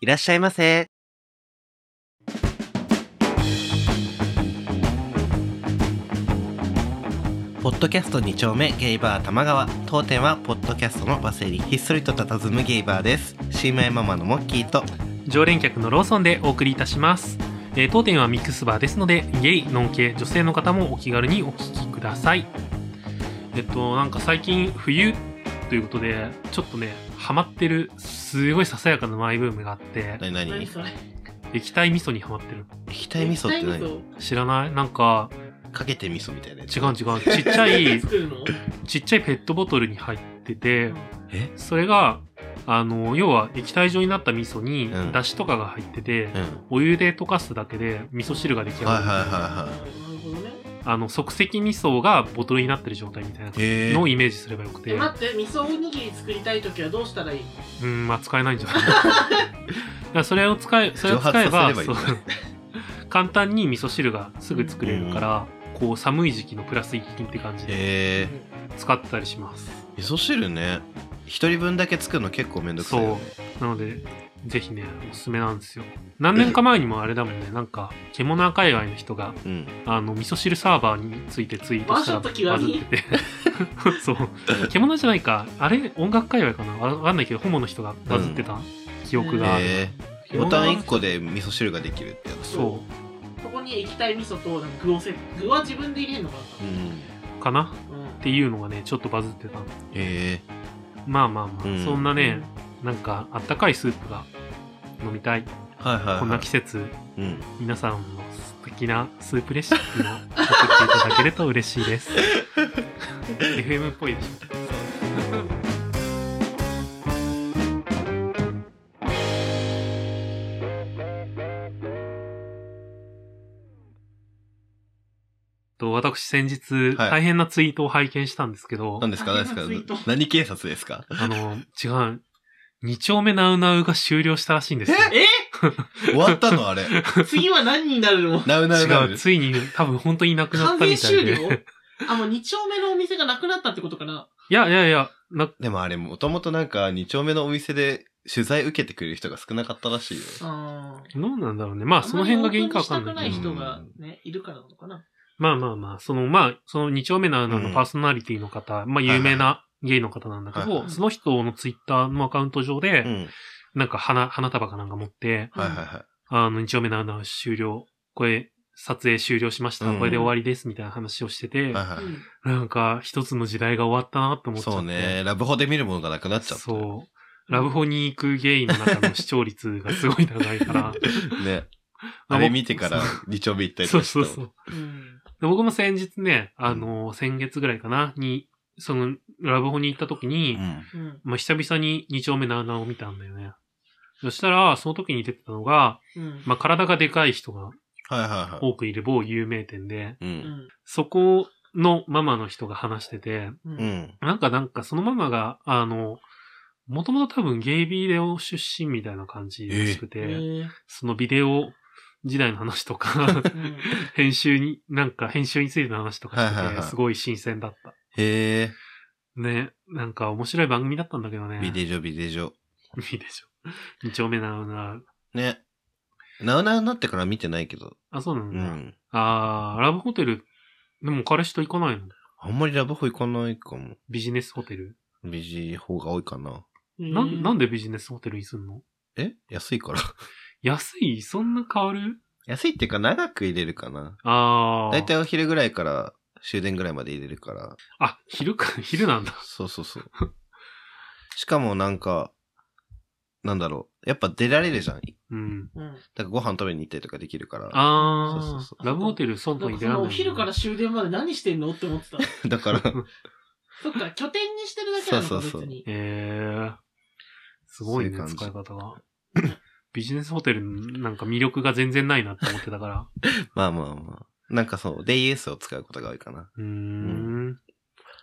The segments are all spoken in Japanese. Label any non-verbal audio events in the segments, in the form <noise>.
いらっしゃいませ。ポッドキャスト2丁目ゲイバー玉川当店はポッドキャストのバセリひっそりと佇むゲイバーです新米ママのモッキーと常連客のローソンでお送りいたします、えー当店はミックスバーですのでゲイノン系女性の方もお気軽にお聞きくださいえっとなんか最近冬ということでちょっとねハマってるすごいささやかなマイブームがあって何何何それ液体味噌にハマってるの液体味噌って液体何味知らないなんかかけて味噌みたいなやつ違う違うちっちゃ <laughs> 噌い作るのちっちゃいペットボトルに入っててえそれがあの要は液体状になった味噌にうんだしとかが入ってて、うんお湯で溶かすだけで味噌汁が出来上がるはいはいはいなはるほどねあの即席味噌がボトルになってる状態みたいな感いへじえのをイメージすればよくて、え待って味噌おにぎり作りたい時はどうしたらいいうんまあ使えないんじゃないだからそれを使えそれを使蒸発させれえばばいいんだそう簡単に味噌汁がすぐ作れるから、こう寒い時期のプラス一品って感じでえ使ってたりしますー、味噌汁ね一人分だけ作るの結構めんどくさいよねなのでぜひねおすすめなんですよ何年か前にもあれだもんねなんか獣界隈の人がうんあの味噌汁サーバーについてツイートしたらあちょっと極みバズってて <laughs> そう獣じゃないかあれ音楽界隈かなわわかんないけどホモの人がバズってた記憶がある、えー、ボタン1個で味噌汁ができるってやつそそこに液体味噌となんか具をせ具は自分で入れるのかうんうかなな、うんっていうのがねちょっとバズってたえまあまあまあ、うんそんなねなんかあったかいスープが飲みたいー、はいはい、はい、こんな季節うん皆さんの素敵なスープレシピを送っていただけると嬉しいです FM っぽいでしょと私先日はい大変なツイートを拝見したんですけど、何ですか何ですかツイート何警察ですか <laughs> あの違う2丁目ナウナウが終了したらしいんですよえ終わったのあれ。次は何にな <laughs> るのなうなうな違うう。ついに多分本当にいなくな完ったみ全たい終で了あもう2丁目のお店がなくなったってことかないやいやいやなでもあれ、もともとなんか、二丁目のお店で取材受けてくれる人が少なかったらしいよ。あーどうなんだろうね。まあ、その辺が原因かわかんあなんいまけりど。オープンしたくない人がね、いるからなのかな。まあまあまあ、その、まあ、その2丁目のあうんのパーソナリティの方、まあ、有名なゲイの方なんだけはいど、はいその人のツイッターのアカウント上で、うん。なんか花、花束かなんか持って、はいはいはあの、2丁目のあの終了、これ、撮影終了しました、うんこれで終わりです、みたいな話をしてて、い。はいはうんなんか、一つの時代が終わったなって思い。っちゃって。そうね。ラブホで見るものがなくなっちゃった。そう。ラブホに行くゲイの中の視聴率がすごい高いから。ね。 <laughs> あれ見てから二丁目行ったりと <laughs> そうかしたそもうんそう。うんで僕も先日ね、あの、先月ぐらいかな、に、その、ラブホに行った時に、うん。うんまあ、久々に2丁目ナウナウを見たんだよね。そしたら、その時に出てたのが、うんまあ、体がでかい人がはいはいは多くいる某有名店で、い。う。うんんそこのママの人が話してて、うんうん。なんかなんかそのママが、あの、もともと多分ゲイビデオ出身みたいな感じらしくて、へーそのビデオ時代の話と <laughs> か、うん編集に、なんか編集についての話とかしてて、はいはいはいすごい新鮮だった。へえ。ね、なんか面白い番組だったんだけどね。ビデジョビデジョ。いいでしょ。 <laughs> 二丁目なのな。ね。なうなうになってから見てないけど。あ、そうなんうだ。ん。あーラブホテル、でも彼氏と行かないのあんまりラブホ行かないかも。ビジネスホテル。ビジ方が多いかな。な、うんん、なんでビジネスホテルにすんのえ安いから。 <laughs> 安いそんな変わる安いっていうか長く入れるかな。ああ。大体お昼ぐらいから終電ぐらいまで入れるから。あ、昼か、 <laughs> 昼なんだ。そうそう <laughs> そう。しかもなんか、なんだろう。やっぱ出られるじゃん。うん。うんだからご飯食べに行ったりとかできるから。あそうそうあそラブホテル損保なんに出かそらんのない。お昼から終電まで何してんのって <laughs> 思ってた。だ <laughs> から、そっか、拠点にしてるだけなのそか、うそうそう別に。ええー。すごいそういねう感、じ使い方が。 <coughs> ビジネスホテルなんか魅力が全然ないなって思ってたから。まあまあまあ。なんかそう、デイエースを使うことが多いかな。うーん。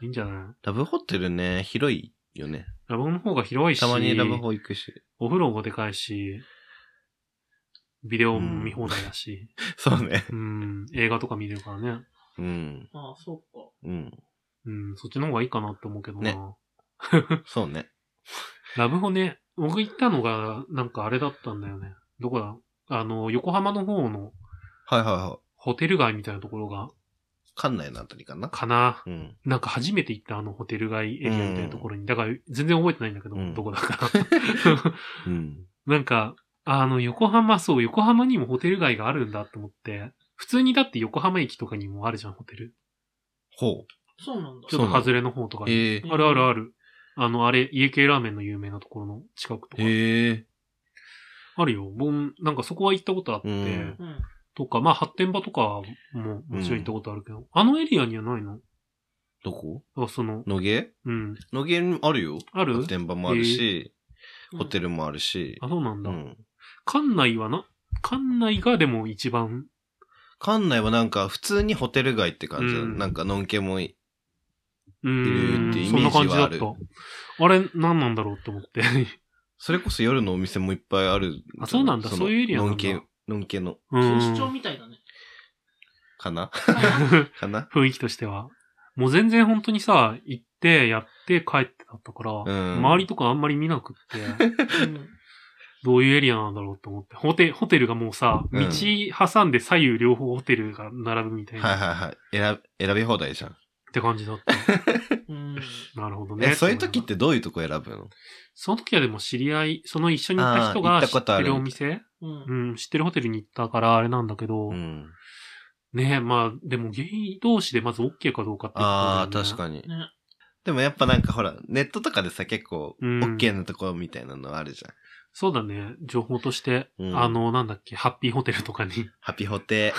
いいんじゃないラブホテルね、広いよね。ラブホの方が広いし、たまにラブホ行くし。お風呂もでかいし、ビデオも見放題だし、そうね。うん、 <laughs> 映画とか見れるからね。うん。ああ、そっか。うん。うん、そっちの方がいいかなって思うけどな。ねそうね。ラブホね、僕行ったのが、なんかあれだったんだよね。どこだあの、横浜の方のはいはいはい。ホテル街みたいなところが、館内のあたりかな。かな。うん。なんか初めて行ったあのホテル街エリアみたいなところに、だから全然覚えてないんだけど、うんどこ <laughs> だか。うん。なんか、あの、横浜、そう、横浜にもホテル街があるんだと思って、普通にだって横浜駅とかにもあるじゃん、ホテル。ほそうなんだち。ょっと外れの方とかう。に。えええあるあるある。あの、あれ、家系ラーメンの有名なところの近くとか。ええあるよ。もう、なんかそこは行ったことあって、うんうん。とか、まあ発展場とかももちろん行ったことあるけど、あのエリアにはないのどこあ、その、野毛うん。野毛にあるよ。ある発展場もあるし、うんホテルもあるし。あ、そうなんうだ。ん。館内はな、館内がでも一番、館内はなんか普通にホテル街って感じだ、うんなんかのんけもい、ういるっていうーん、イそメーんな感ジじはだあっるた。あれ、何なんだろうって思って。それこそ夜のお店もいっぱいある。あそうなんだのそういうエリアなんだのんけ、のんけの、う錦ん糸。町みたいだね。かなかな <laughs> 雰囲気としては。もう全然本当にさ、行って、やって、帰ってだったから、ん周りとかあんまり見なく <laughs> って、うんどういうエリアなんだろうって思って。ホテホテルがもうさ、うん道挟んで左右両方ホテルが並ぶみたいはいな、っはいはい。選び、選び放題じゃん。て感じだった。うん。なるほどね。え、そういう時ってどういうとこ選ぶのその時はでも知り合い、その一緒に行った人あー行がった知こっとあてるるお店うん <laughs> うん、知ってるホテルに行ったからあれなんだけど、うん。ねまあ、でもゲイ同士でまず OK かどうかっていうところだよあねあ、確かに。ねでもやっぱなんかほら、ネットとかでさ、結構、うん OK なところみたいなのあるじゃん。そうだね、情報として、うんあの、なんだっけ、ハッピーホテルとかに <laughs> ハピホテ。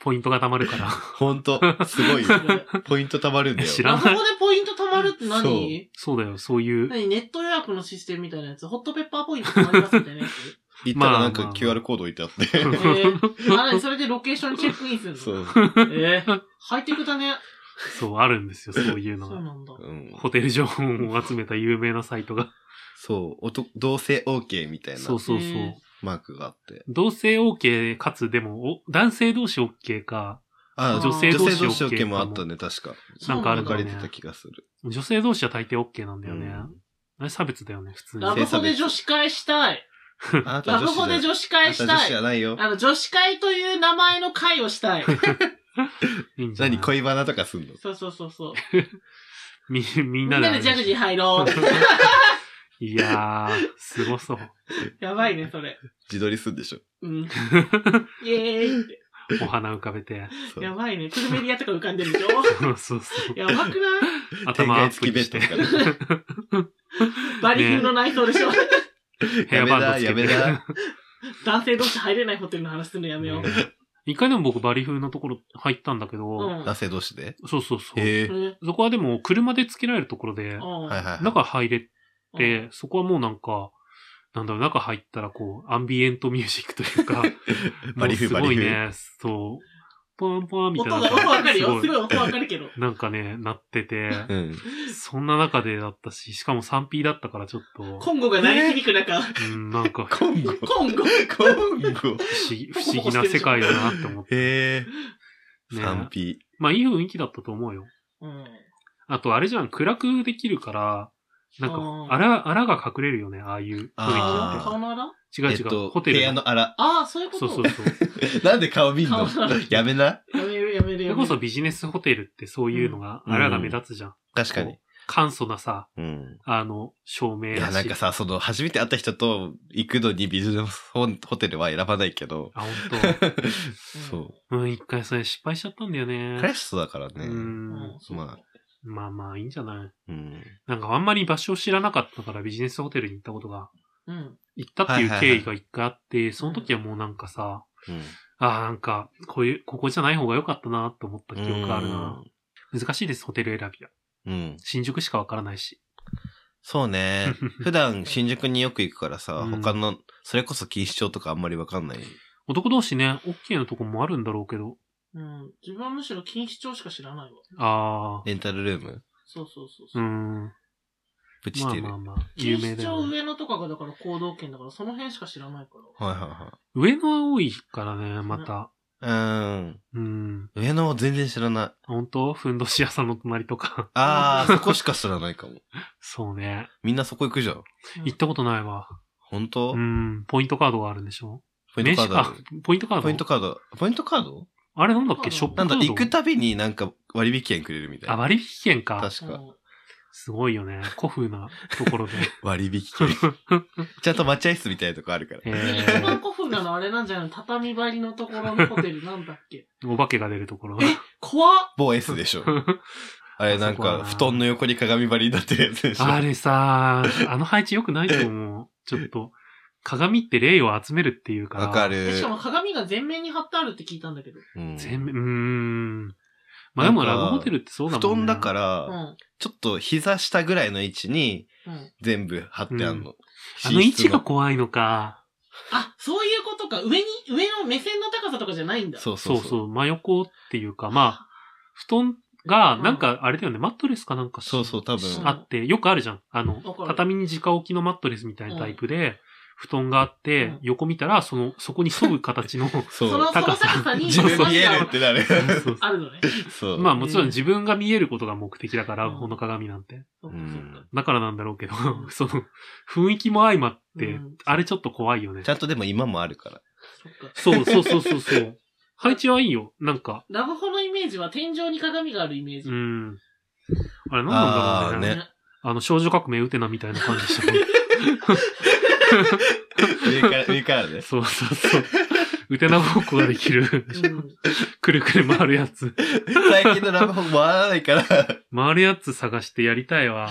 ポイントが貯まるから。 <laughs> ほんと、すごいよ。ポイント貯まるんだよ。知らんあそこでポイント貯まるって何そうだよ、そういう。何ネット予約のシステムみたいなやつ、ホットペッパーポイント貯まりますみたい <laughs> なやつ。行ったらなんかまあまあ QR コード置いてあって。 <laughs> えー、あ何それでロケーションチェックインするのそう。えー、ハイテクだね。そう、あるんですよ、そういうそのが。うなんだ。うん。ホテル情報を集めた有名なサイトが。そう。おと同性 OK みたいなそうそうそうへー。マークがあって。同性 OK かつ、でも、お男性同士 OK か、あ、女性同士 OK 女性同士 OK もあったね、確か。なんかある分んだかれよねてた気がす <laughs> る。女性同士は大抵 OK なんだよね。うんあれ差別だよね、普通に。ラブホで女子会したい。あなたラブ女ホ子でで女子会しあなたた女子じゃい。ないよ。あの、女子会という名前の会をしたい。いいんじゃない何恋バナとかすんのそうそうそうそう。み、みみんんなで。なでジャグジー入ろ <laughs> う。いやー、すごそう。やばいね、それ。自撮りすんでしょ。うん。 <laughs> イエーイって。お花浮かべて。 <laughs> そうやばいね。プルメリアとか浮かんでるでしょそうそうそう。やばくない天頭外アップ付きにベしッドと。てかね。バリ風の内装でしょ、 <laughs> ヘアバンドつけやめてだやめだ。男性同士入れないホテルの話するのやめよう。一回でも僕バリ風のところ入ったんだけど、うん。男性同士でそうそうそう。へえ。えそこはでも車でつけられるところで、うんはいはい。中入れて、そこはもうなんか、なんだろう、中入ったらこう、アンビエントミュージックというか、バリ風もうすごいバリね、そう。ポンポンみた音いな。が、音わかるよ。すすごごいい音わかるけど。なんかね、なってて、うん。そんな中でだったし、しかも 3P だったからちょっと、コンゴが鳴り響く中、うん、なんか不コンゴ。コンゴ。コンゴ。思議、不思議な世界だなって思って。へえ。ね 3P。まあいい雰囲気だったと思うよ。うん。あとあれじゃん、暗くできるから、なんうんか、あら、あらが隠れるよね、ああいう雰囲気あーっ顔のあらて。違う違う、えっと、ホテ部屋ルの。のあら。 <laughs> ああ、そういうこと。そうそうそう。そなんで顔見んの顔のやめな。やめるやめるれやこめそる。ビジネスホテルってそういうのが、うんあらが目立つじゃん。確かに。簡素なさ、うん。あの、照明いや、だなんしか。さ、その、初めて会った人と行くのにビジネスホテルは選ばないけど。あ、本そう。 <laughs> 当。うん、一回それ失敗しちゃったんだよねク。ラストだからうね。ん。そうまあまあまあ、いいんじゃないうん。なんかあんまり場所を知らなかったからビジネスホテルに行ったことが、うん。行ったっていう経緯が一回あって、その時はもうなんかさ、うん。ああ、なんか、こういう、ここじゃない方が良かったなと思った記憶があるな。難しいです、ホテル選びは。うん。新宿しかわからないし。そう <laughs> ね。普段新宿によく行くからさ、うん他の、それこそ錦糸町とかあんまりわかんない。男同士ね、OK のとこもあるんだろうけど。うん。自分はむしろ錦糸町しか知らないわ。ああ、レンタルルームそうそうそううそーう。ん。ぶちまあてる。まはあいまあ、有錦名糸だ町よ、ね。上野とかがだから行動圏だから、その辺しか知らないから。はいは上野は多いからね、また。い。うん。うん。上野全然知らない。本当ふんどし屋さんの隣とか。 <laughs> ああ、そこしか知らないかも。そうね。みんなそこ行くじゃん。行ったことないわ。本当、うん。ポイントカードがあるんでしょポイントカードあ名刺あポイントカーる。ドポイントカード。ポイントカードあれなんだっけショップカなーんドだ、行くたびになんか割引券くれるみたいあ、な。割引券か。確か。すごいよね。古風なとこ <laughs> ろで。 <laughs> 割引券。ちゃんと待合室みたいなとこあるから。えで一番古風なのあれなんじゃないの畳張りのところのホテルなんだっけー、お化けが出るところ。怖っ某 S で <laughs> しょ。あれなんか、布団の横に鏡張りになってるやつでしょ。あれさ、あの配置良くないと思う。ちょっと、鏡って霊を集めるっていうから。わかえるしか。も鏡が全面に貼ってあるって聞いたんだけど。うん全面、うーん。まあでもなラんかブホテルってそうだ布もんね。団だかうら、ん。ちょっと膝下ぐらいの位置にうん。全部貼ってあるの。あの位寝室置が怖いのか。あ、そういうことか。上に、上の目線の高さとかじゃないんだ。そうそそううそう。そう、真横っていうか、まあ、布団が、なんか、あれだよね、マットレスかなんかしそうそう、多分。あって、よくあるじゃん。あのわか、る畳に直置きのマットレスみたいなタイプで、布団があって、うん横見たら、その、そこに沿う形 <laughs> の、そう。その、その高高ささに、自分見え鏡るがってなる。そうあるのね。そう。まあもちろん自分が見えることが目的だから、うんこの鏡なんて。そううかそうかんだからなんだろうけどう、ん <laughs> その、雰囲気も相まって、うんあれちょっと怖いよねち。ゃんとでも今もあるから。そそっか。うそうそうそうそう。配置はいいよ。なんか、ラブホのイメージは天井に鏡があるイメージ。うん。あれ何なんだろうね。あーねあの、少女革命ウテナみたいな感じした <laughs> ね。上から、上からね。そうそうそう。ウテナごっこができ <laughs> る。うんくるくる回るやつ。最近のラブホ回らないから、回るやつ探してやりたいわ。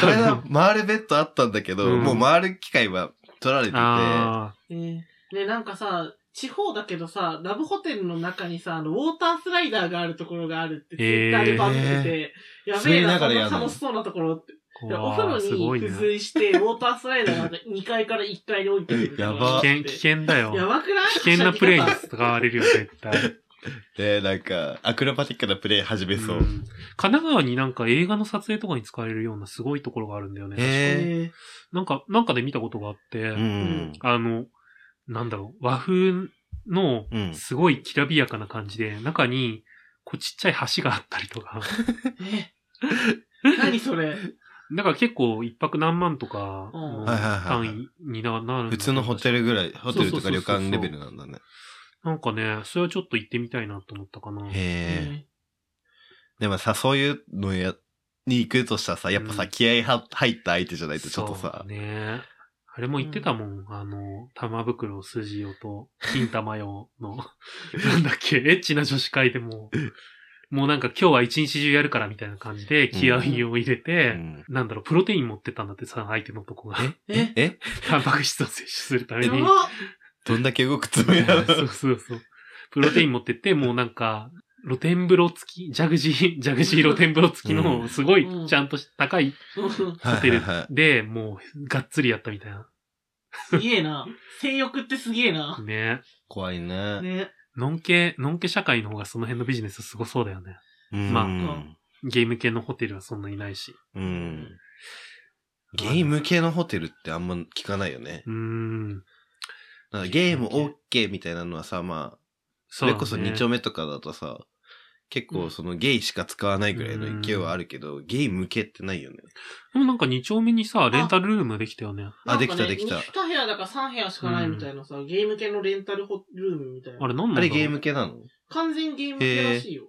これだ、回るベッドあったんだけど、うんもう回る機会は取られてて、あえーね、なんかさ、地方だけどさ、ラブホテルの中にさ、あの、ウォータースライダーがあるところがあるって、ツイッターでバズってて、やべ滑りえな、こんながらやなるの楽しそうなところって。あ。いやうおわ風呂ーすごにいね。付危随して、ウォータースライダーが2階から1階に降りてくるところがあって。険、危険だやよ。ばくない危険なプレイにはし使われるよ、絶対。で、なんか、アクロバティックなプレイ始めそう。ん神奈川になんか映画の撮影とかに使われるようなすごいところがあるんだよね。ゃぎ方へえなんか、なんかで見たことがあって、うん。あの、なんだろう、和風のうん。すごいきらびやかな感じで、中に、こうちっちゃい橋があったり <laughs> とか、ーえ何それだから結構一泊何万とかうんのはいはいはいはい単位にななるんだけど普通のホテルぐらい、ホテルとか旅館レベルなんだね。なんかね、それはちょっと行ってみたいなと思ったかな。へえ。でもさ、そういうのや、に行くとしたらさ、やっぱうさ、ん気合は入った相手じゃないとちょっとさそう、ね。あれも言ってたもん。あの、玉袋筋用と、金玉用の、 <laughs> なんだっけ、エッチな女子会でも、もうなんか今日は一日中やるからみたいな感じで気合を入れうて、んなんだろう、プロテイン持ってったんだってさ、相手のとこが。ええタンパク質を摂取するためやばに。どんだけ動くつもりなの <laughs> そうそうそう。プロテイン持ってって、もうなんか、露天風呂付き、ジャグジー、ジャグジー露天風呂付きうの、んすごうんい、ちゃんとした高いうはんいホテルはいはいで、もう、がっつりやったみたいな。すげえな。性欲ってすげえな。ね怖いね。ね。のんけ、のんけ社会の方がその辺のビジネスすごそうだよね。うんまあゲーム系のホテルはそんなにないし。うん。ゲーム系のホテルってあんま聞かないよね。うーん。なんかゲーム OK みたいなのはさ、まあ、そそれこそ2丁目。目とかだとさ、結構そのゲイしか使わないぐらいの勢いはあるけど、ゲイ向けってないよね。でもなんか2丁目にさ、レンタルルームできたよね。あ、できなたんかでねきた。 2部屋だか3部屋しかないみたいなさ、ゲーム系のレンタルホルームみたいあな。れなんなんあだろれうゲーム系なの完全ゲーム系らしいよ。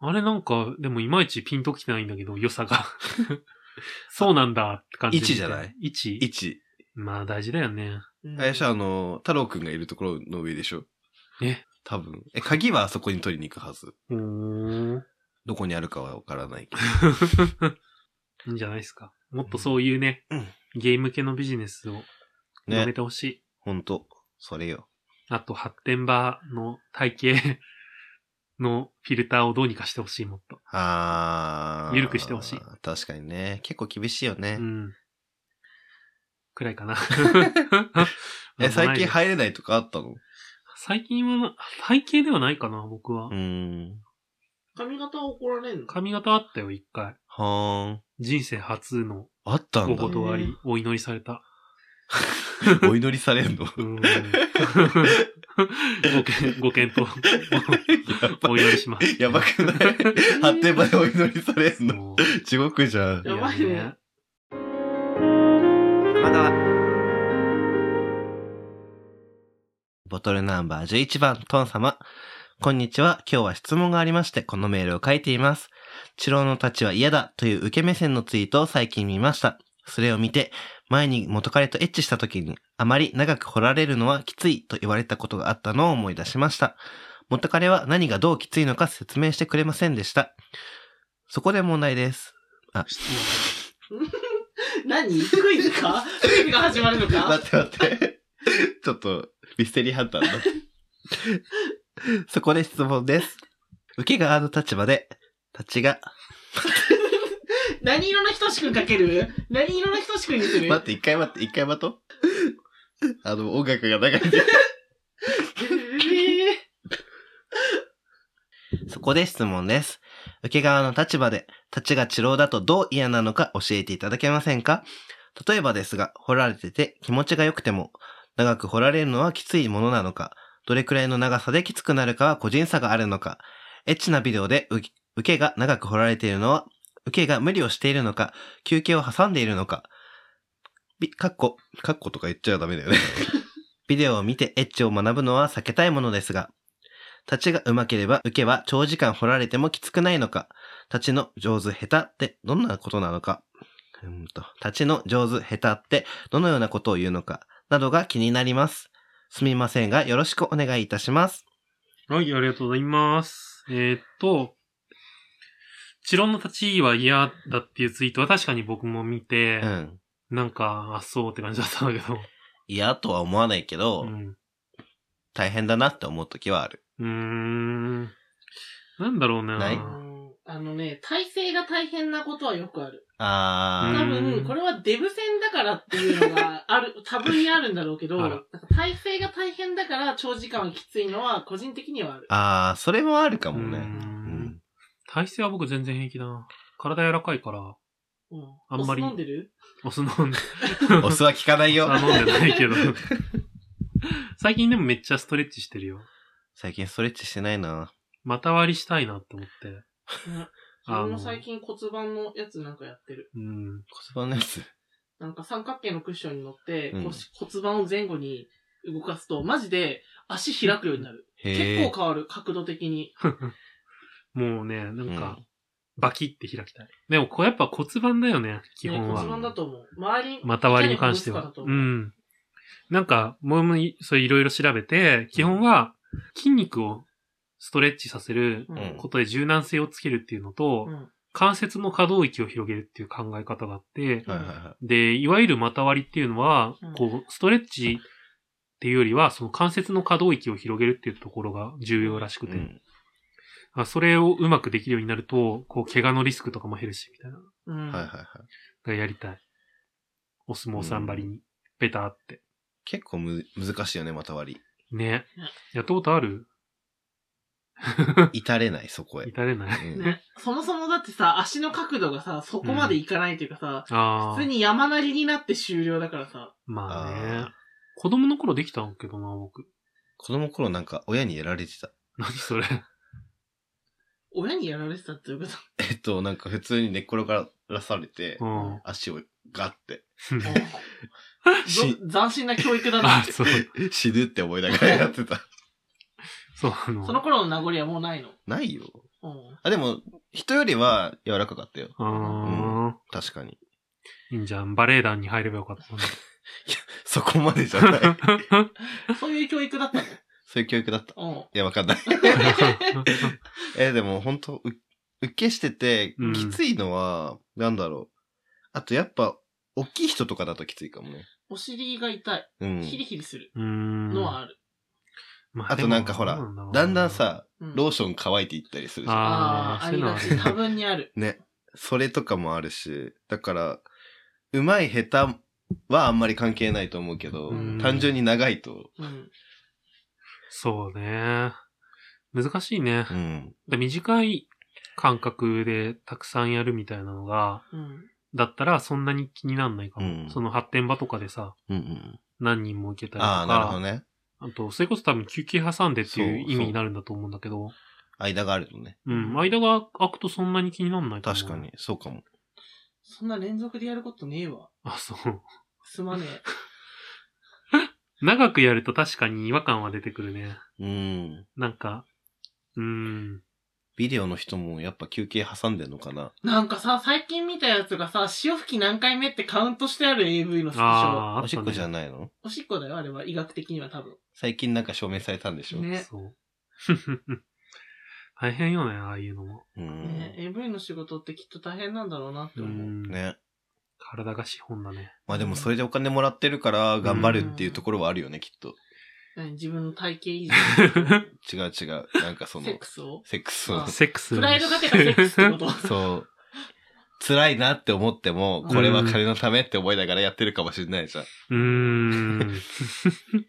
あれなんか、でもいまいちピンときてないんだけど、良さ <laughs> が。そうなんだって感じ位で。置じゃない位置 ?1。まあ大事だよね。うんあれでしょ、あの、太郎くんがいるところの上でしょえ多分。え、鍵はあそこに取りに行くはず。おー。どこにあるかはわからないけど。 <laughs> いいんじゃないですか。もっとそういうね、うんゲーム系のビジネスを広めね。てほしい。ほんと。それよ。あと、発展場の体系 <laughs> のフィルターをどうにかしてほしい、もっと。あー。緩くしてほしい。確かにね。結構厳しいよね。うん。くらいかな。 <laughs> え、最近は、入れないとかあったの最近は、体系ではないかな、僕は。うーん。髪型は怒られんの髪型あったよ、一回。はーん。人生初のあったんおだ。断へりー、お祈りされた。 <laughs> お祈りされんのうーんご検ご検討、お祈りします。やばくない <laughs> 発展場でお祈りされんのもう地獄じゃん。やばいね。ボトルナンバー11番、トン様。こんにちは。今日は質問がありまして、このメールを書いています。治郎の太刀は嫌だという受け目線のツイートを最近見ました。それを見て、前に元彼とエッチした時に、あまり長く掘られるのはきついと言われたことがあったのを思い出しました。元彼は何がどうきついのか説明してくれませんでした。そこで問題です。質何クイズかクイズが始まるのか待って待って。ちょっと、ミステリーハンターになって。そこで質問です。受けがある立場で、立ちが、何色のひとしくんかける何色のひとしくんにする待って、一回待って、一回待とう。あの、音楽が流れてる。えそこで質問です。受け側の立場で、立ちが治療だとどう嫌なのか教えていただけませんか例えばですが、掘られてて気持ちが良くても、長く掘られるのはきついものなのか、どれくらいの長さできつくなるかは個人差があるのか、エッチなビデオで受け受けが長く掘られているのは、受けが無理をしているのか、休憩を挟んでいるのか、び、 <laughs> かっこ、かっことか言っちゃダメだよね。 <laughs> ビデオを見てエッチを学ぶのは避けたいものですが、立ちが上手ければ受けは長時間掘られてもきつくないのか、立ちの上手下手ってどんなことなのか、うーんと、立ちの上手下手ってどのようなことを言うのか、などが気になります。すみませんがよろしくお願いいたします。問はい、ありがとうございます。えーっと、チロンの立ちは嫌だっていうツイートは確かに僕も見てう、ん。なんか、あ、そうって感じだったんだけど。嫌とは思わないけど、うん。大変だなって思う時はある。うーん。なんだろうな。ないーあのね、体勢が大変なことはよくある。あー、多うん分、これはデブ戦だからっていうのがある、多分にあるんだろうけど、あならんか体勢が大変だから長時間はきついのは個人的にはある。あー、それもあるかもね。ううんん。体勢は僕全然平気だな。体柔らかいから、うん。あんまりお酢飲んでるお酢飲んで、 <laughs> お酢は効かないよ。あ飲んでないけど。最近でもめっちゃストレッチしてるよ。最近ストレッチしてないな。股割りしたいなって思って。あ俺のも最近骨盤のやつなんかやってる。うん。骨盤のやつ。なんか三角形のクッションに乗って、うん腰骨盤を前後に動かすと、マジで足開くようになる。へ結え構。変わる、角度的に。もうね、なんか、うバキって開きたい。でも、こうやっぱ骨盤だよね、基本ねは。骨盤だと思う。周り、股割りに関していかには。ほぐすかだとう。思うんなんか、もうもい、そういろいろ調べて、基本は筋肉をストレッチさせるううんことで柔軟性をつけるっていうのと、うん関節の可動域を広げるっていう考え方があって、はいはいはで、いわゆる股割りっていうのは、うんこう、ストレッチっていうよりは、その関節の可動域を広げるっていうところが重要らしくい。て、うん。あそれをうまくできるようになると、こう、怪我のリスクとかも減るし、みたいな。うん。はいはいはい。がやりたい。お相撲さんばりに、ベターって。結構む、難しいよね、また割ねね。やったことあるり。至れない、そこへ。至れ <laughs> ない。うんね、そもそもだってさ、足の角度がさ、そこまでいかないというかさ、あ普通あ。に山なりになって終了だからさ。まあねあー。子供の頃できたんけどな、僕。 <laughs> 子供頃なんか親にやられてた。 <laughs> 何そ <laughs> れ。親にやられてたっていうことえっと、なんか普通に寝っ転がらされてう、ん。足をガッて、 <laughs> しおぞ斬新な教育だ <laughs> なあ、。そう。死ぬって思いながらやってた。 <laughs> そう、あの。その頃の名残はもうないの。ないよ。うんあ、でも、人よりは柔らかかったよ。あ確かに。ーいいんじゃん。バレエ団に入ればよかったのに。そこまでじゃ <laughs> ない。そういう教育だったそういう教育だった。の。いや、わかんない。 <laughs> <laughs> え、でも本当う受けしててうん、きついのは、なんだろう。あとやっぱ、大きい人とかだときついかもね。お尻が痛い。うん。ヒリヒリするうーん。のはある。まあとなんかほらでもどうろうなだんだんさ、うんローション乾いていったりするじゃん。あーああ、そあういりうのはがねち。多分にある。ね。それとかもあるし、だから、うまい下手はあんまり関係ないと思うけど、うん単純に長いと、うん。そうね。難しいね。うん。で短い間隔でたくさんやるみたいなのが、うん。だったらそんなに気になんないかも。うんその発展場とかでさ、うんうん。何人も行けたりとあか、あ、なるほどね。あと、それこそ多分休憩挟んでっていうそう意味になるんだと思うんだけど、間があるとね。うん、間が空くとそんなに気にならないと思う確か。に、そうかも。そんな連続でやることねえわ。あ、そう。 <laughs> すまねえ。長くやると確かに違和感は出てくるね。うん。なんか、うん、ビデオの人もやっぱ休憩挟んでんのかな。なんかさ、最近見たやつがさ、潮吹き何回目ってカウントしてある AV のスクショ。ああー、あおしっこじゃん。ないのおしっこだよ、あれは。医学的には多分。最近なんか証明されたんでしょ、ね。そう。 <laughs> 大変よね、ああいうのも。うん。ね AV の仕事ってきっと大変なんだろうなってう思う。ん。ね。体が資本だね。まあでもそれでお金もらってるから頑張るっていうところはあるよね、きっと。何自分の体型維持違う違う。なんかその <laughs> セッ、クスをセックスをあ。セックス。プライドかけたセックスってことそう。辛いなって思っても、これは金のためって思いながらやってるかもしれないじゃん。うーん。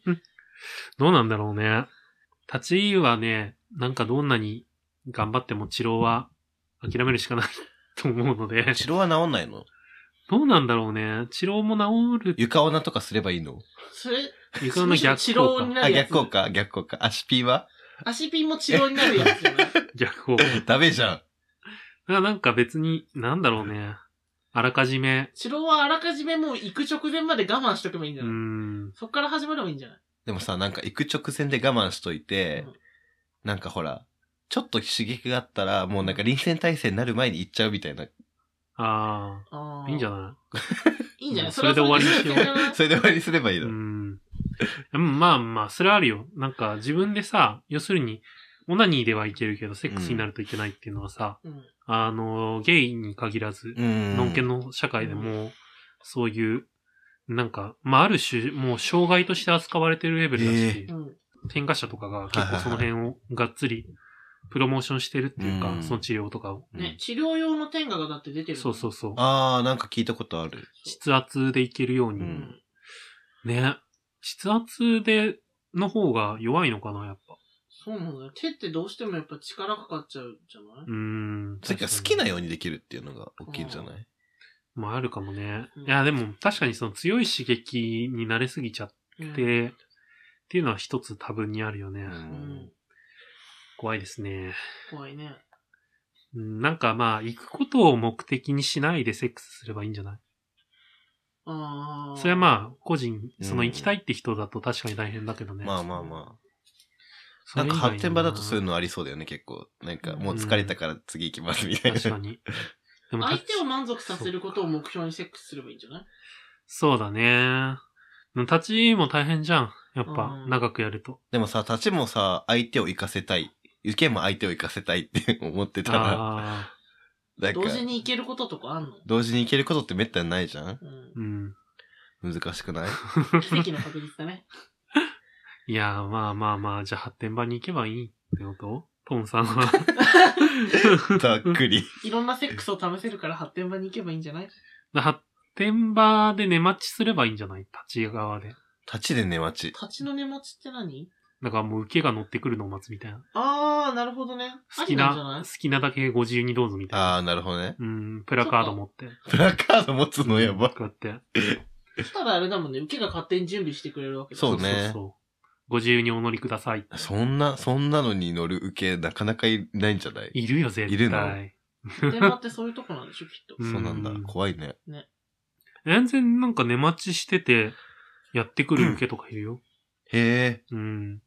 <laughs> どうなんだろうね。立ち入りはね、なんかどんなに頑張っても治療は諦めるしかないと思うの <laughs> で、治療は治んないのどうなんだろうね。治療も治る。床女とかすればいいのそれ、床の逆治効療に果。なあ、るやつ。逆効果逆効果。足ピーは足ピンも治療になるやつじゃない逆効果。だかダメじゃん。らなんか別に、なんだろうね。あらかじめ。治療はあらかじめもう行く直前まで我慢しとけばいいんじうゃーない、ん。そっから始まればいいんじゃないでもさ、なんか行く直前で我慢しといて、うんなんかほら、ちょっと刺激があったら、もうなんか臨戦態勢になる前に行っちゃうみたいな。あああ、あ。いいんじゃないないいんじゃないそれで終わりにしようそれはそれでいいんじそれで終わりにすればいいうの。ーん。うんまあまあ、それはあるよ。なんか自分でさ、要するに、オナニーではいけるけど、セックスになるといけないっていうのはさ、ゃないあの、ゲイに限らず、うんノンケの社会でも、そういう、なんか、まあある種、もう障害として扱われてるレベルだし、うん。うん。転科者とかが結構その辺をがっつりプロモーションしてるっていうか、うんその治療とかを。うんね、治療用の天下がだって出てる。そうそうそう。ああ、なんか聞いたことある。筆圧でいけるように。ううんん。ね。筆圧で、の方が弱いのかな、やっぱ。そうなんだよ。手ってどうしてもやっぱ力かかっちゃうんじゃないうーん。つうか好きなようにできるっていうのが大きいんじゃないまああるかもねう。んいや、でも確かにその強い刺激に慣れすぎちゃっうんて、っていうのは一つ多分にあるよね。うん。怖いですね。怖いね。うんなんかまあ、行くことを目的にしないでセックスすればいいんじゃないああ。それはまあ、個人、そのうん行きたいって人だと確かに大変だけどね。まあまあまあ。そなれん以外かに発展場だとそういうのありそうだよね、結構。なんかもう疲れたから次行きますみたいな。確かに。でも相手を満足させることを目標にセックスすればいいんじゃないそうだね。でも立ち入りも大変じゃん。やっぱう、ん長くや <laughs> ると。でもさ、立ちもさ、相手を行かせたい。受けも相手を行かせたいって思ってたら、ああ、なんか同、時に行けることとかあんの同時に行けることってめったにないじゃん <laughs> うん。う <laughs> ん。難しく <laughs> ない奇跡の確率だね。いやー、まあまあまあ、じゃあ発展場に行けばいいってことトンさ <laughs> んは。ざっくり。いろんなセックスを試せるから発展場に行けばいいんじゃない発展場で寝待ちすればいいんじゃない立ち側で。立ちで寝待ち。立ちの根待ちって何だからもう受けが乗ってくるのを待つみたいな。ああ、なるほどね。好きありなんな、じ好きなだけご自由にどうぞみたいな。ああ、なるほどね。うん、プラカード持って。プラカード持つのやばこ。うやって。ゃないそしたらあれだもんね、受けが勝手に準備してくれるわけだそうねうご自由にお乗りください。そんな、そんなのに乗る受けなかなかいないんじゃないいるよ、絶対。いるの発展場ってそういうとこなんでしょ、きっと。んそうなんだうん。怖いね。全然なんか寝待ちしてて、やってくる受けとかいるよ。へえ、うん。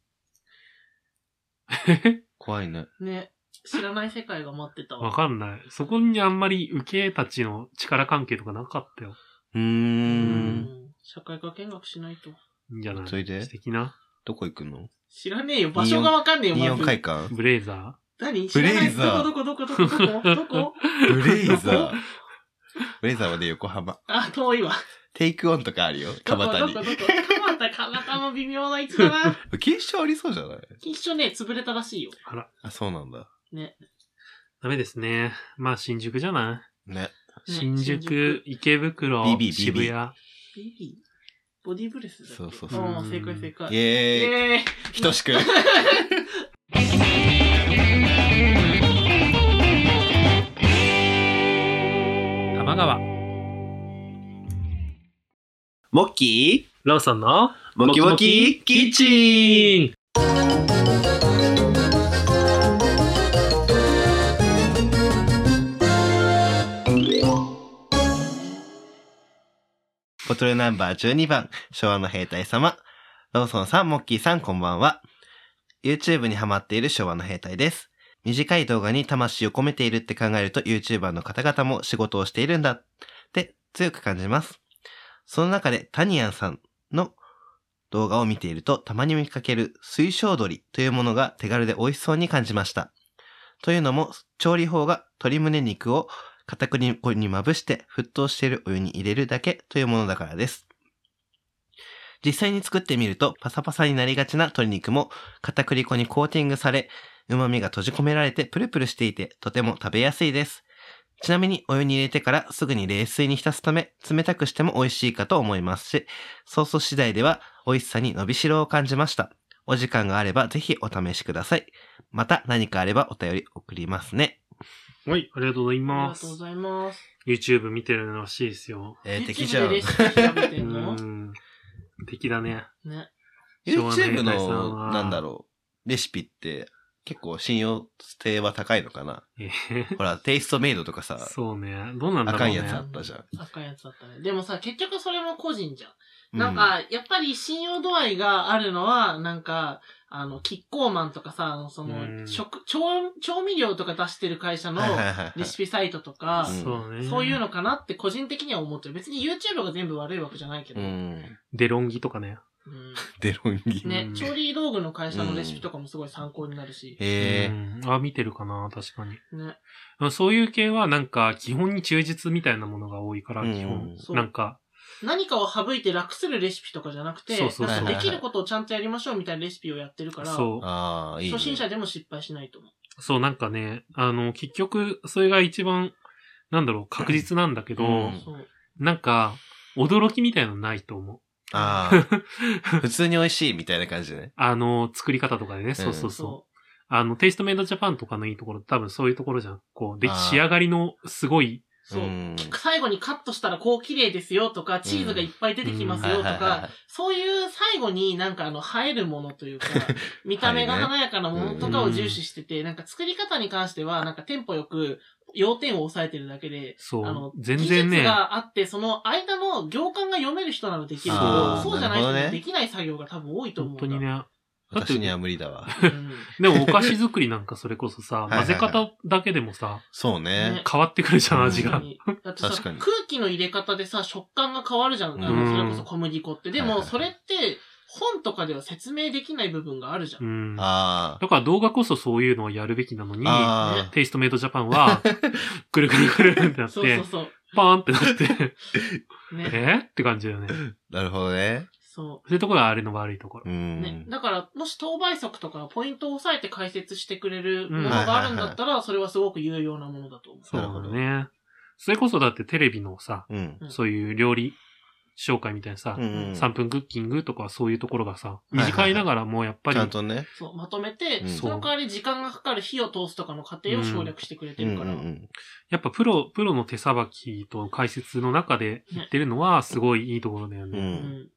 怖いね。ね。知らない世界が待ってたわわ。かんない。そこにあんまり受けたちの力関係とかなかったよ。うー。うんん。社会科見学しないと。いいんじゃないそれで素敵な。どこ行くの知らねえよ。場所がわかんねえよ、イオまンず。会館ブレイザ何ブレイザーどこどこどこどこどこ <laughs> どこブレイザどーこ。ブレイザーはね、横浜。あ、遠いわ。テイクオンとかあるよ、蒲田どこにど。こどこ蒲田、蒲田も微妙な位置だな。錦糸町ありそうじゃない一緒ね、潰れたらしいよ。ー。あら、あ、そうなんだ。ダメですね。まあ、新宿じゃなね。い、ね新新宿宿、池袋、ビビビビ渋谷。ビビボディブレスだっけそうそうそうああ正解正イ解。イエーイ。エーイ等しく。玉川。モッキーラウさんの、ボキボキキッチンンボトルナンバー12番、昭和の兵隊様。ローソンさん、モッキーさん、こんばんは。YouTube にハマっている昭和の兵隊です。短い動画に魂を込めているって考えると YouTuber の方々も仕事をしているんだって強く感じます。その中でタニアンさんの動画を見ているとたまに見かける水晶鳥というものが手軽で美味しそうに感じました。というのも調理法が鶏胸肉を片栗粉にまぶして沸騰しているお湯に入れるだけというものだからです。実際に作ってみるとパサパサになりがちな鶏肉も片栗粉にコーティングされ、旨味が閉じ込められてプルプルしていてとても食べやすいです。ちなみにお湯に入れてからすぐに冷水に浸すため冷たくしても美味しいかと思いますし、ソース次第では美味しさに伸びしろを感じました。お時間があればぜひお試しください。また何かあればお便り送りますね。はい、ありがとうございありまがとすう。ございます。 YouTube 見てるらしいですよ。えー、敵 YouTube じゃでレん。シピ調べうてんのん。敵だね。ね。 YouTube 昭和の兵隊さんはの、なんだろう、レシピって、結構信用性は高いのかなえへへほら、テイストメイドとかさ、そうね。どうなんだあかろうね。んやつあったじゃん。赤いやつだったね。でもさ、結局それも個人じゃん。うなん、か、やっぱり信用度合いがあるのは、なんか、あの、キッコーマンとかさ、あのそうんの、食、調、調味料とか出してる会社のはいはいはいはいレシピサイトとか、そうね。そういうのかなって個人的には思ってる。別に YouTube が全部悪いわけじゃないけど。ううんん。デロンギとかね。デロンギ。ねう、ん調理道具の会社のレシピとかもすごい参考になるし。へえ。うんあ、見てるかな、確かに。ね。そういう系はなんか、基本に忠実みたいなものが多いから、うん基本。そうなんか、何かを省いて楽するレシピとかじゃなくて、そうそうそうなんかできることをちゃんとやりましょうみたいなレシピをやってるから、そああ、いいね。初心者でも失敗しないと思う。う。そう、なんかね、あの、結局、それが一番、なんだろう、確実なんだけど、うんそう。なんか、驚きみたいのないと思う。ああ。 <laughs> 普通に美味しいみたいな感じね。あの、作り方とかでね、そうそうそう。そあの、テイストメイドジャパンとかのいいところ、多分そういうところじゃん。こう、で、あー仕上がりのすごい、う。そう。うん最後にカットしたらこう綺麗ですよとか、チーズがいっぱい出てきますよとはいはいはいはか、そういう最後になんかあの、映えるものというか、見た目が華やかなものとかを重視してて、なんか作り方に関しては、なんかテンポよく、要点を抑えてるだけで、そあのう、全然技術ね、があって、その間の行間が読める人ならできるけあど、ーそうじゃないなるほど人ねにできない作業が多分多いと思う本んだ。当にね、だって私には無理だわ。うん。でもお菓子作りなんかそれこそさ、いはいは混いぜ方だけでもさ、そうねね。変わってくるじゃん、味が。本当に。だってさ、確か空に気の入れ方でさ、食感が変わるじゃん。あうんの、それこそ小麦粉って。ではいも、はいそれって、本とかでは説明できない部分があるじゃ。うんん。だああ。から動画こそそういうのをやるべきなのに、あテイストメイドジャパン <laughs> は、くるくるくるってなっそうそてう、そう。パーンって <laughs> なって、ね。えって感じだよね。あ。なるほどね。そそういうところはあれの悪いところう。う。ねん。。だから、もし当倍速とかポイントを押さえて解説してくれるものがあるんだったら、それはすごく有用なものだと思う。そうなるほだどね。それこそだってテレビのさ、うん。うんそういう料理紹介みたいなさ、うん。 3分クッキングとかそういうところがさ、いはいはい短いながらもうやっぱちりゃんとね。そう、まとめて、うんその代わり時間がかかる火を通すとかの過程を省略してくれてうんるうから。んやっぱプロ、プロの手さばきと解説の中で言ってるのはすごいいいところだよね。うんううんん。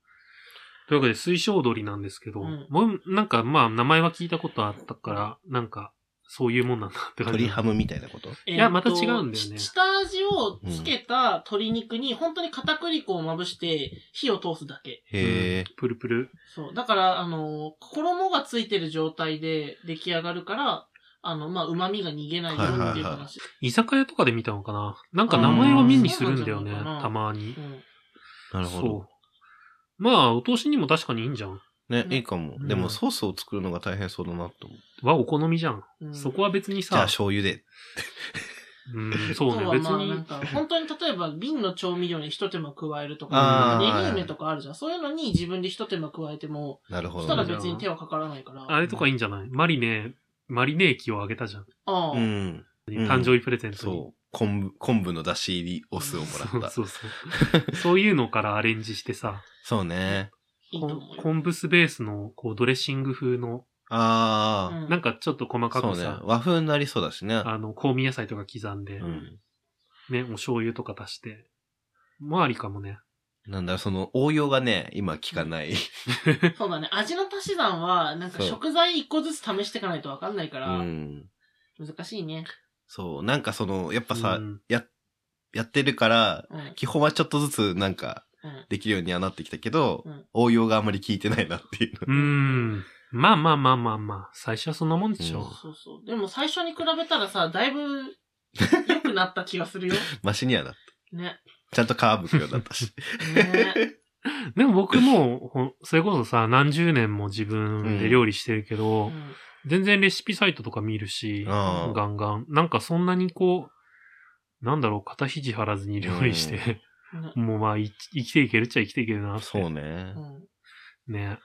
というわけで、水晶鳥なんですけど、うんもう、なんかまあ名前は聞いたことあったから、なんか、そういうもんなんだって感じ。鶏ハムみたいなこといやまた違うんだよね下味をつけた鶏肉に、本当に片栗粉をまぶして、火を通すだけ。へえ。プルプル。そう。だから、あの、衣がついてる状態で出来上がるから、あの、まあ、旨味が逃げないようにっていうはいはいは話。居酒屋とかで見たのかななんか名前は目にするんだよねうんそうなんじゃないか、なたまにう。ん。なるほど。そう。まあ、お通しにも確かにいいんじゃん。ね、ねいいかもう。んでもソースを作るのが大変そうだなと思う。はお好みじゃん。うんそこは別にじゃあさ、醤油で。うん、そうあね、とは別まあなんに。か、本当に例えば瓶の調味料に一手間加えるとあか、ー練り梅とかあるじゃん。そういうのに自分で一手間加えても、なるほそしどたらね。別に手はかからないから。あれとかいいんじゃないマリネ、マリネ液をあげたじゃん。ああうん。うん誕生日プレゼントに。そう。昆布、昆布の出し入りお酢をもらった。 <laughs> そうそうそう。そういうのからアレンジしてさ、そうね。いいとこ思んうよ。昆布スベースのこうドレッシング風の、ああ、うんなんかちょっと細かそうくねさ、。和風になりそうだしね。あの、香味野菜とか刻んで、うん。ね、お醤油とか足して、もありかもね。なんだろう、その応用がね、今聞かない。そうだね。味の足し算は、なんかそう食材一個ずつ試していかないとわかんないかうら、ん。難しいね。そう、なんかその、やっぱさ、うんや、やってるから、うん。うん。基本はちょっとずつなんかできるようにはなってきたけど、うん応用があんまり効いてないなっていうの。うん。まあまあまあまあまあ、最初はそんなもんでしうんょそうそう。でも最初に比べたらさ、だいぶ良くなった気がするよ。マシにはなった。ね。ちゃんとカーブくようになったし。ね。う。でも僕も、ほそれこそさ、何十年も自分で料理してるけうど、ん全然レシピサイトとか見るし、ああガンガン。なんかそんなにこう、なんだろう、肩肘張らずに料理して、ねもうまあ、い生きていけるっちゃ生きていけるなって。そうねう。んね。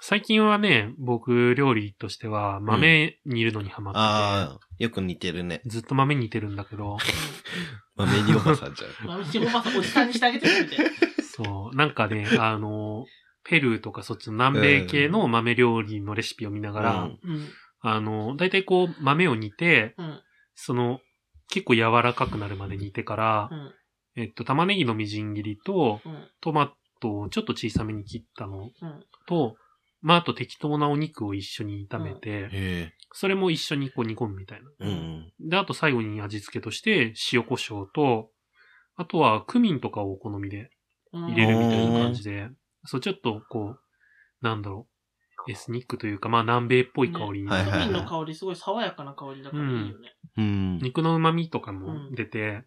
最近はね、僕、料理としては、豆煮るのにハマってて、ああ、よく似てるね。ずっと豆煮てるんだ <laughs> けど、まあ、メニューおばさんじゃん。まあ、うちおばさん、おじさんにしてあげてみたいな。そう、なんかね、あの、ペルーとかそっちの南米系の豆料理のレシピを見ながら、うんうん。あの、大体こう、豆を煮て、うん。その、結構柔らかくなるまで煮てからう、ん。えっと、玉ねぎのみじん切りと、うん。トマトをちょっと小さめに切ったのうん。と、まあ、あと適当なお肉を一緒に炒めて、へそれも一緒にこう煮込むみたいな。え。うんで、あと最後に味付けとして、塩胡椒と、あとはクミンとかをお好みでうん入れるみたいな感じで、そう、ちょっとこう、なんだろう、エスニックというか、まあ南米っぽい香りに、はいはいクミンの香りすごい爽やかな香りだからいいよね。うん。うん。肉の旨味とかも出て、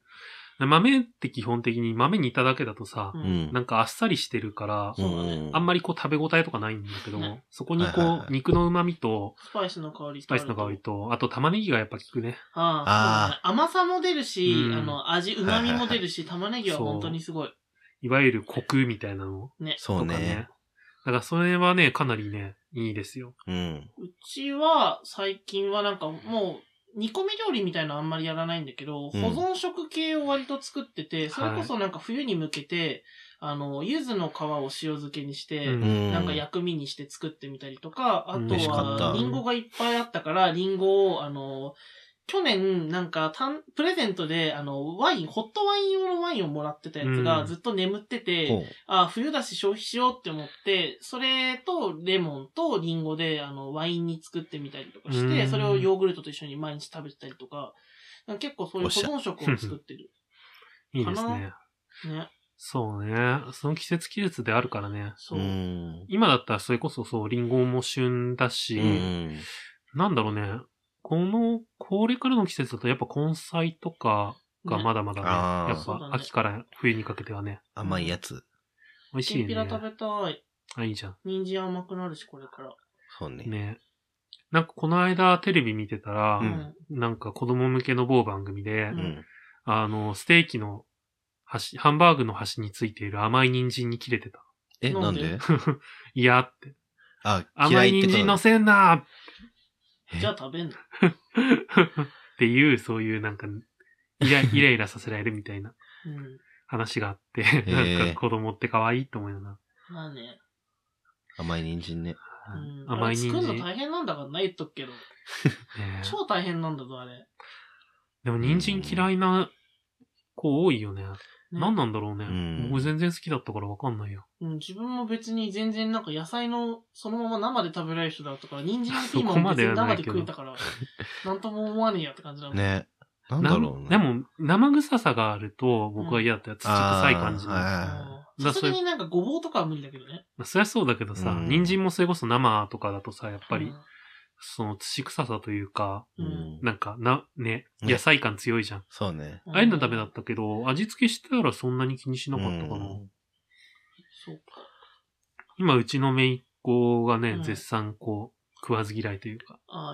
豆って基本的に豆煮ただけだとさ、ううんん。なんかあっさりしてるから、そうだねうんあんまりこう食べ応えとかないんだけど、ねそこにはいはいこはう、い肉の旨味と、スパイスの香りスパイスの香りと、あと玉ねぎがやっぱ効くね。ああ、そうだね甘さも出るし、うんあの、味、旨味も出るし、玉ねぎは本当にすごい。いわゆるコクみたいなのそとうかね。ね。だからそれはね、かなりね、いいですよ。うん。うちは、最近はなんかもう、煮込み料理みたいなのあんまりやらないんだけど、保うん存食系を割と作ってて、それこそなんか冬に向けて、あの、柚子の皮を塩漬けにして、ううん。なんか薬味にして作ってみたりとか、あうんと美味しかったは、リンゴがいっぱいあったから、リンゴを、あの、去年、なんか、たん、プレゼントで、あの、ワイン、ホットワイン用のワインをもらってたやつうんがずっと眠ってて、ほうあ、冬だし消費しようって思って、それとレモンとリンゴで、あの、ワインに作ってみたりとかして、うんそれをヨーグルトと一緒に毎日食べてたりとか、なんか結構そういうお保しゃ存食を作って <laughs> る。いいですかね。ね。そうね。その季節季節であるからね。そうう。ん。今だったらそれこそそう、リンゴも旬だし、うん。なんだろうね。この、これからの季節だとやっぱ根菜とかがまだまだね、ねあーやっそうだぱね秋から冬にかけてはね、甘いやつ。美味しいきよんね。ぴら食べたい。あ、いいじゃん。人参甘くなるし、これから。そうね。ね。なんかこの間テレビ見てたら、うんなんか子供向けの某番組で、ううん。あの、ステーキの端、ハンバーグの端についている甘い人参に切れてた。え、ななんんででいやって。あ、甘嫌いいって人と参のせんなじゃあ食べんの。っていう、そういうなんか、イ <laughs> ライライラさせられるみたいなうん。話があって、ーなんか子供って可愛いと思うよな。まあね。甘い人参ね。うん、甘い人参あれ作。るの大変なんだからな、言っとくけど。ね超大変なんだぞ、あれ。でも人参嫌いな子多いよね。何なんだろうね。うん僕全然好きだったからわかんないよ。うん、自分も別に全然なんか野菜のそのまま生で食べられる人だったから、人参のピそこーマンもま別でにはな生いでけど食えたから、なんとも思わねえやって感じなんだ。ね。なんだろうね。なで、も、生臭さがあると僕は嫌だったよ。土臭い感じの。うん。あさすがになんかごぼうとかは無理だけどね。まあ、そりゃそうだけどさ、うん人参もそれこそ生とかだとさ、やっぱり、うんその土臭さというか、ーうん。なんか、な、ね、ね野菜感強いじゃん。そうね。ああいうのダメだったけど、味付けしてたらそんなに気にしなかったかな。うんそうか。今、うちの姪っ子がね、うん絶賛こう、食わず嫌いというか、ああ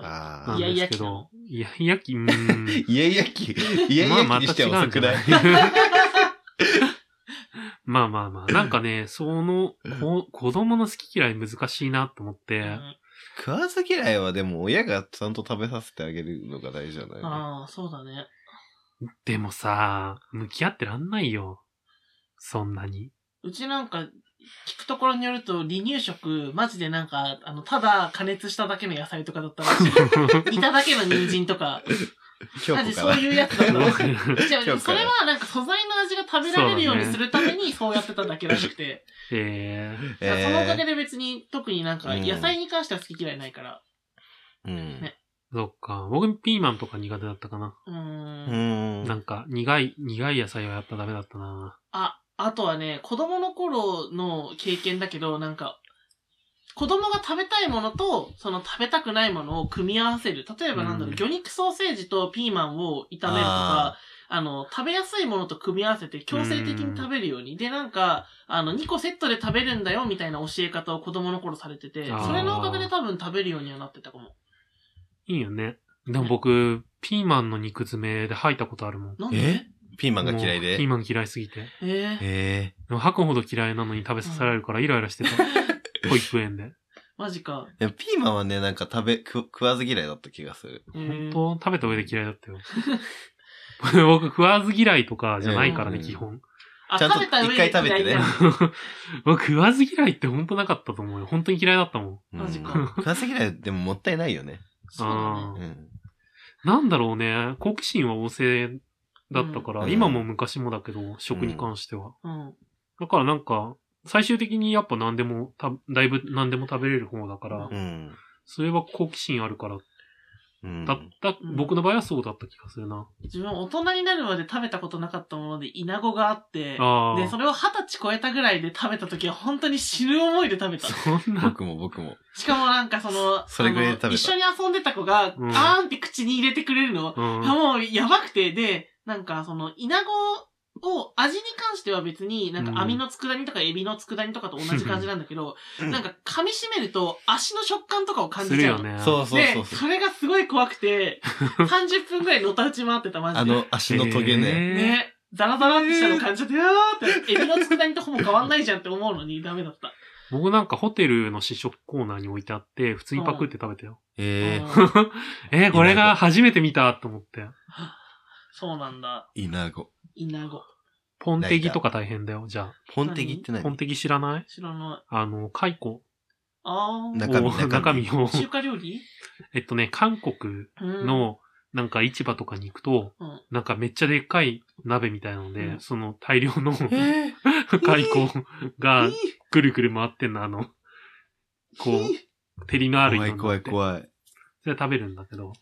なあ。ん。ですけど、いやいやき、うーん家焼き、家まあ焼きにしては遅くないまた違うんじゃないまあまあまあ、なんかね、その、こ子供の好き嫌い難しいなと思って、あ、食わず嫌いはでも親がちゃんと食べさせてあげるのが大事じゃうないんああ、そうだね。でもさ、向き合ってらんないよ。そん <laughs> なに。うちなんか、聞くところによると、離乳食、マジでなん <laughs> か、あの、ただ加熱しただけの野菜とかだったらしい。煮ただけの人参とか、今マ日ジかそうら。いうやつだったわ。違今う日からそれはなんか素材の味が食べられるようにするためにそうやってただけらしく <laughs> て。えだからそのおかげで、で別に特になんかうん野菜に関しては好き嫌いないから。うん。ー、そっか。僕、ピーマンとか苦手だったかな。うーん。うん。なんか、苦い、苦い野菜はやっぱダメだったな。あ、あとはね、子供の頃の経験だけど、なんか、子供が食べたいものと、その食べたくないものを組み合わせる。例えばなんだろう、うん魚肉ソーセージとピーマンを炒めるとか、あの、食べやすいものと組み合わせて強制的に食べるように。で、なんか、あの、2個セットで食べるんだよ、みたいな教え方を子供の頃されてて、あーそれのおかげで多分食べるようにはなってたかも。いいよね。でも僕、ピーマンの肉詰めで吐いたことあるもん。なんでえピーマンが嫌いもうで。ピーへマン嫌いすぎて。えー、え。でも吐くほど嫌いなのに食べさせられるからイライラしてた。保育園で。マジか。でもピーマンはね、なんか食べ、く食わず嫌いだった気がする。え本ー当食べた上で嫌いだったよ。僕、食わず嫌いとかじゃないからね、うん基本。あ、ちゃんと食べた上で一回食べてね嫌いな僕、食わず嫌いって本当なかったと思うよ。本当に嫌いだったもん。うんマジか食わず嫌いでももったいないよね。そうだね。ううんん。なんだろうね。好奇心は旺盛だったから、うん今も昔もだけど、食に関しては。うん。だからなんか、最終的にやっぱ何でもた、だいぶ何でも食べれる方だから、うん。それは好奇心あるから、うん。だった、うん僕の場合はそうだった気がするな。自分大人になるまで食べたことなかったもので、イナゴがあって、ああ。で、それを二十歳超えたぐらいで食べた時は本当に死ぬ思いで食べた。そんな、僕も僕も。しかもなんかその、それぐらいで食べたあの一緒に遊んでた子が、うんあーんって口に入れてくれるの、うん。あもうやばくて、で、なんかその、イナゴを味に関しては別に、なんうんか網の佃煮とかエビの佃煮とかと同じ感じなんだけど、なんか噛み締めると足の食感とかを感するじちゃうよの。ね。そうそうそうで、そう。それがすごい怖くて、30分ぐらいのたうち回ってた、マジで。あの足のトゲね。ね。ね。ザラザラってしたの感じて、うわーって、エビの佃煮とほぼ変わんないじゃんって思うのにダメだった。僕なんかホテルの試食コーナーに置いてあって、普通にパクって食べたよ。ええ。うんえー、これが初めて見たと思って。そうなんだ。イナゴ。イナゴ。ポンテギとか大変だよ、じゃポンテギってあ。ポン何テギ知らない知らない。あの、解雇あー。中身を、中身を、 <laughs> 中華料理えっとね、韓国うん。の、なんか市場とかに行くと、うんなんかめっちゃでっかい鍋みたいなので、うんその大量の <laughs> えー解雇がいいぐるぐる回ってんの、あの、こ、いいう照りのある怖色いに怖なっいて。怖い。それ食べるんだけど、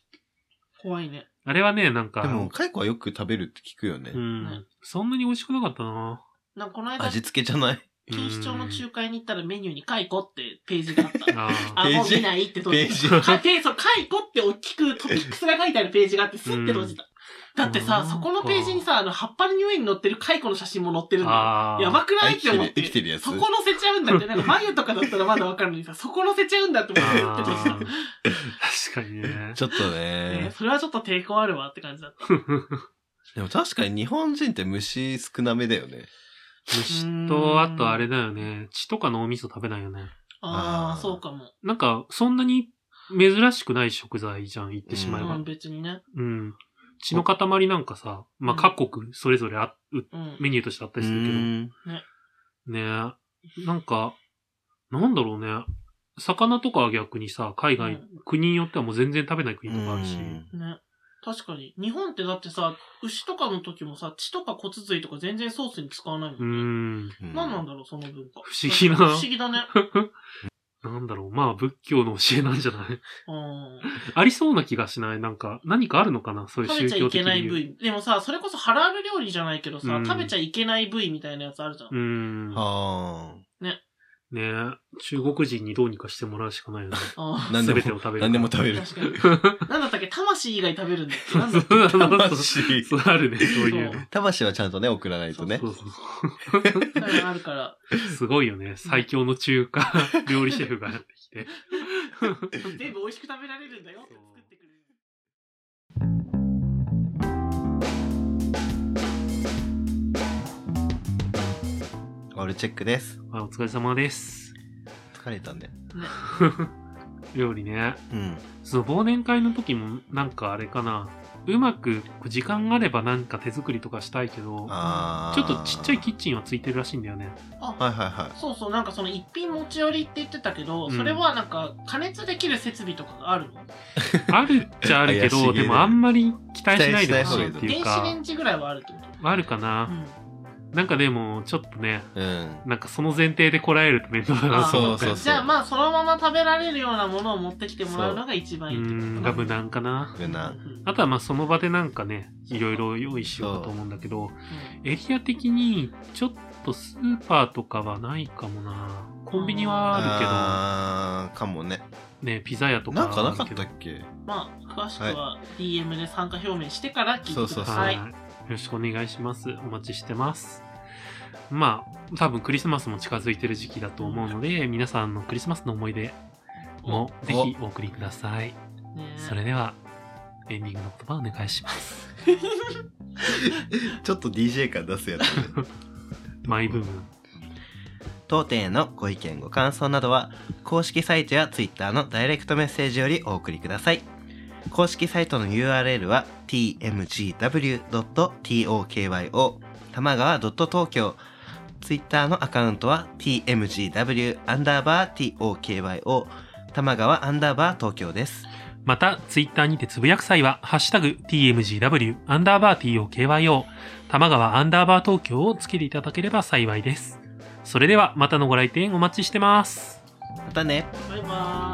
怖いね。あれはね、なんか、でも、カイコはよく食べるって聞くよねう。ん。そんなに美味しくなかったななんかこの間、味付けじゃない錦糸町のうん中華屋に行ったらメニューにカイコってページがあった。あーあ、もう見ないっペて閉ーじジ。た。かページ、そう、カイコって大きくトピックスが書いてあるページがあって、スッて閉じた。だってうさ、んそこのページにさ、あの、葉っぱの上に載ってるカイコの写真も載ってるんだよ。あーやばくな生いっきてて思っる、て生。きてるやつ。そこ乗せちゃうんだって、なんか眉とかだったらまだわかるのにさ、そこ乗せちゃうんだって思あ <laughs> ってーた。確かにね。ちょっとねね。それはちょっと抵抗あるわって感じだった。でも確かに日本人って虫少なめだよね。虫と、あとあれだよね。血とか脳みそ食べないよね。ああーあ、そうかも。なんか、そんなに珍しくない食材じゃん、言ってしうまえば。ん、別にね。うん。血の塊なんかさ、まあ、うん各国それぞれあ、ううん。メニューとしてあったうりするけど。ねん。えなんか、なんだろうね。魚とかは逆にさ、海外、うん国によってはもう全然食べない国とかあるし。ね。確かに。日本ってだってさ、牛とかの時もさ、血とか骨髄とか全然ソースに使わないもうんね。ん。何なんだろう、その文化。不思議な不思議 <laughs> だね。なんだろう。まあ、仏教の教えなんじゃない <laughs> うん。ありそうな気がしない。なんか、何かあるのかなそういう食宗べちゃ教い的けない部理由。位。でもさ、それこそハラール料理じゃないけどさ、うん食べちゃいけない部位みたいなやつあるじゃん。うん。あねえ、中国人にどうにかしてもらうしかないよね。ああ。あ。何で全もてを食べる。何でも食べる。確か <laughs> に。なんだったっけ魂以外食べるんだっけなんだっけそうそう <laughs> そう魂。そうあるね、そういうの。魂はちゃんとね、送らないとねそ。うそうそういうのあるから。すごいよね。最強の中華 <laughs> 料理シェフがやってきて。全部美味しく食べられるんだよって作ってくれる。オールチェックです。あお疲れ様です。疲れたんで。料理ね。うん。その忘年会の時も、なんかあれかな。うまく、こう時間があればなんか手作りとかしたいけど、あーちょっとちっちゃいキッチンはついてるらしいんだよね。はいはいはそうそう、なんかその一品持ち寄りって言ってたけど、うんそれはなんか加熱できる設備とかがあるのあるっちゃあるけ怪しど、いねでもあんまり期待しないでそほうしでいすっねていう電子レかン、ジぐらいはあるってことあるかな。なんかでも、ちょっとね、い。うん。なんかその前提でこらえると面倒だあなーと思ってそうそう。じゃあまあそのまま食べられるようなものを持ってきてもらうのが一番ういいってことかん、なが無難かな。無難。うんあとはまあその場でなんかね、いろいろ用意しようかと思うんだけど、うエリア的にちょっとスーパーとかはないかもな。コンビニはああーかもね。るけど、ね、ピザ屋とかなんかはなあるかっけどたっけんまあ詳しくは DM で参加表明してから聞いてくださそうい。そうそうはい。よろしくお願いします。お待ちしてます。まあ、多分クリスマスも近づいてる時期だと思うので、皆さんのクリスマスの思い出もぜひお送りください。ねそれでは、エンディングの言葉をお願いします。ちょっと DJ 感出すやつ。マイブーム。当店へのご意見ご感想などは公式サイトや Twitter のダイレクトメッセージよりお送りください公式サイトの URL は tmgw.tokyo 玉川 .tokyo Twitter のアカウントは tmgw アンダーバー tokyo 玉川アンダーバー東京ですまた、ツイッターにてつぶやく際は、ハッシュタグ、tmgw、アンダーバー tokyo、玉川アンダーバー東京をつけていただければ幸いです。それでは、またのご来店お待ちしてます。またねバイバーイ。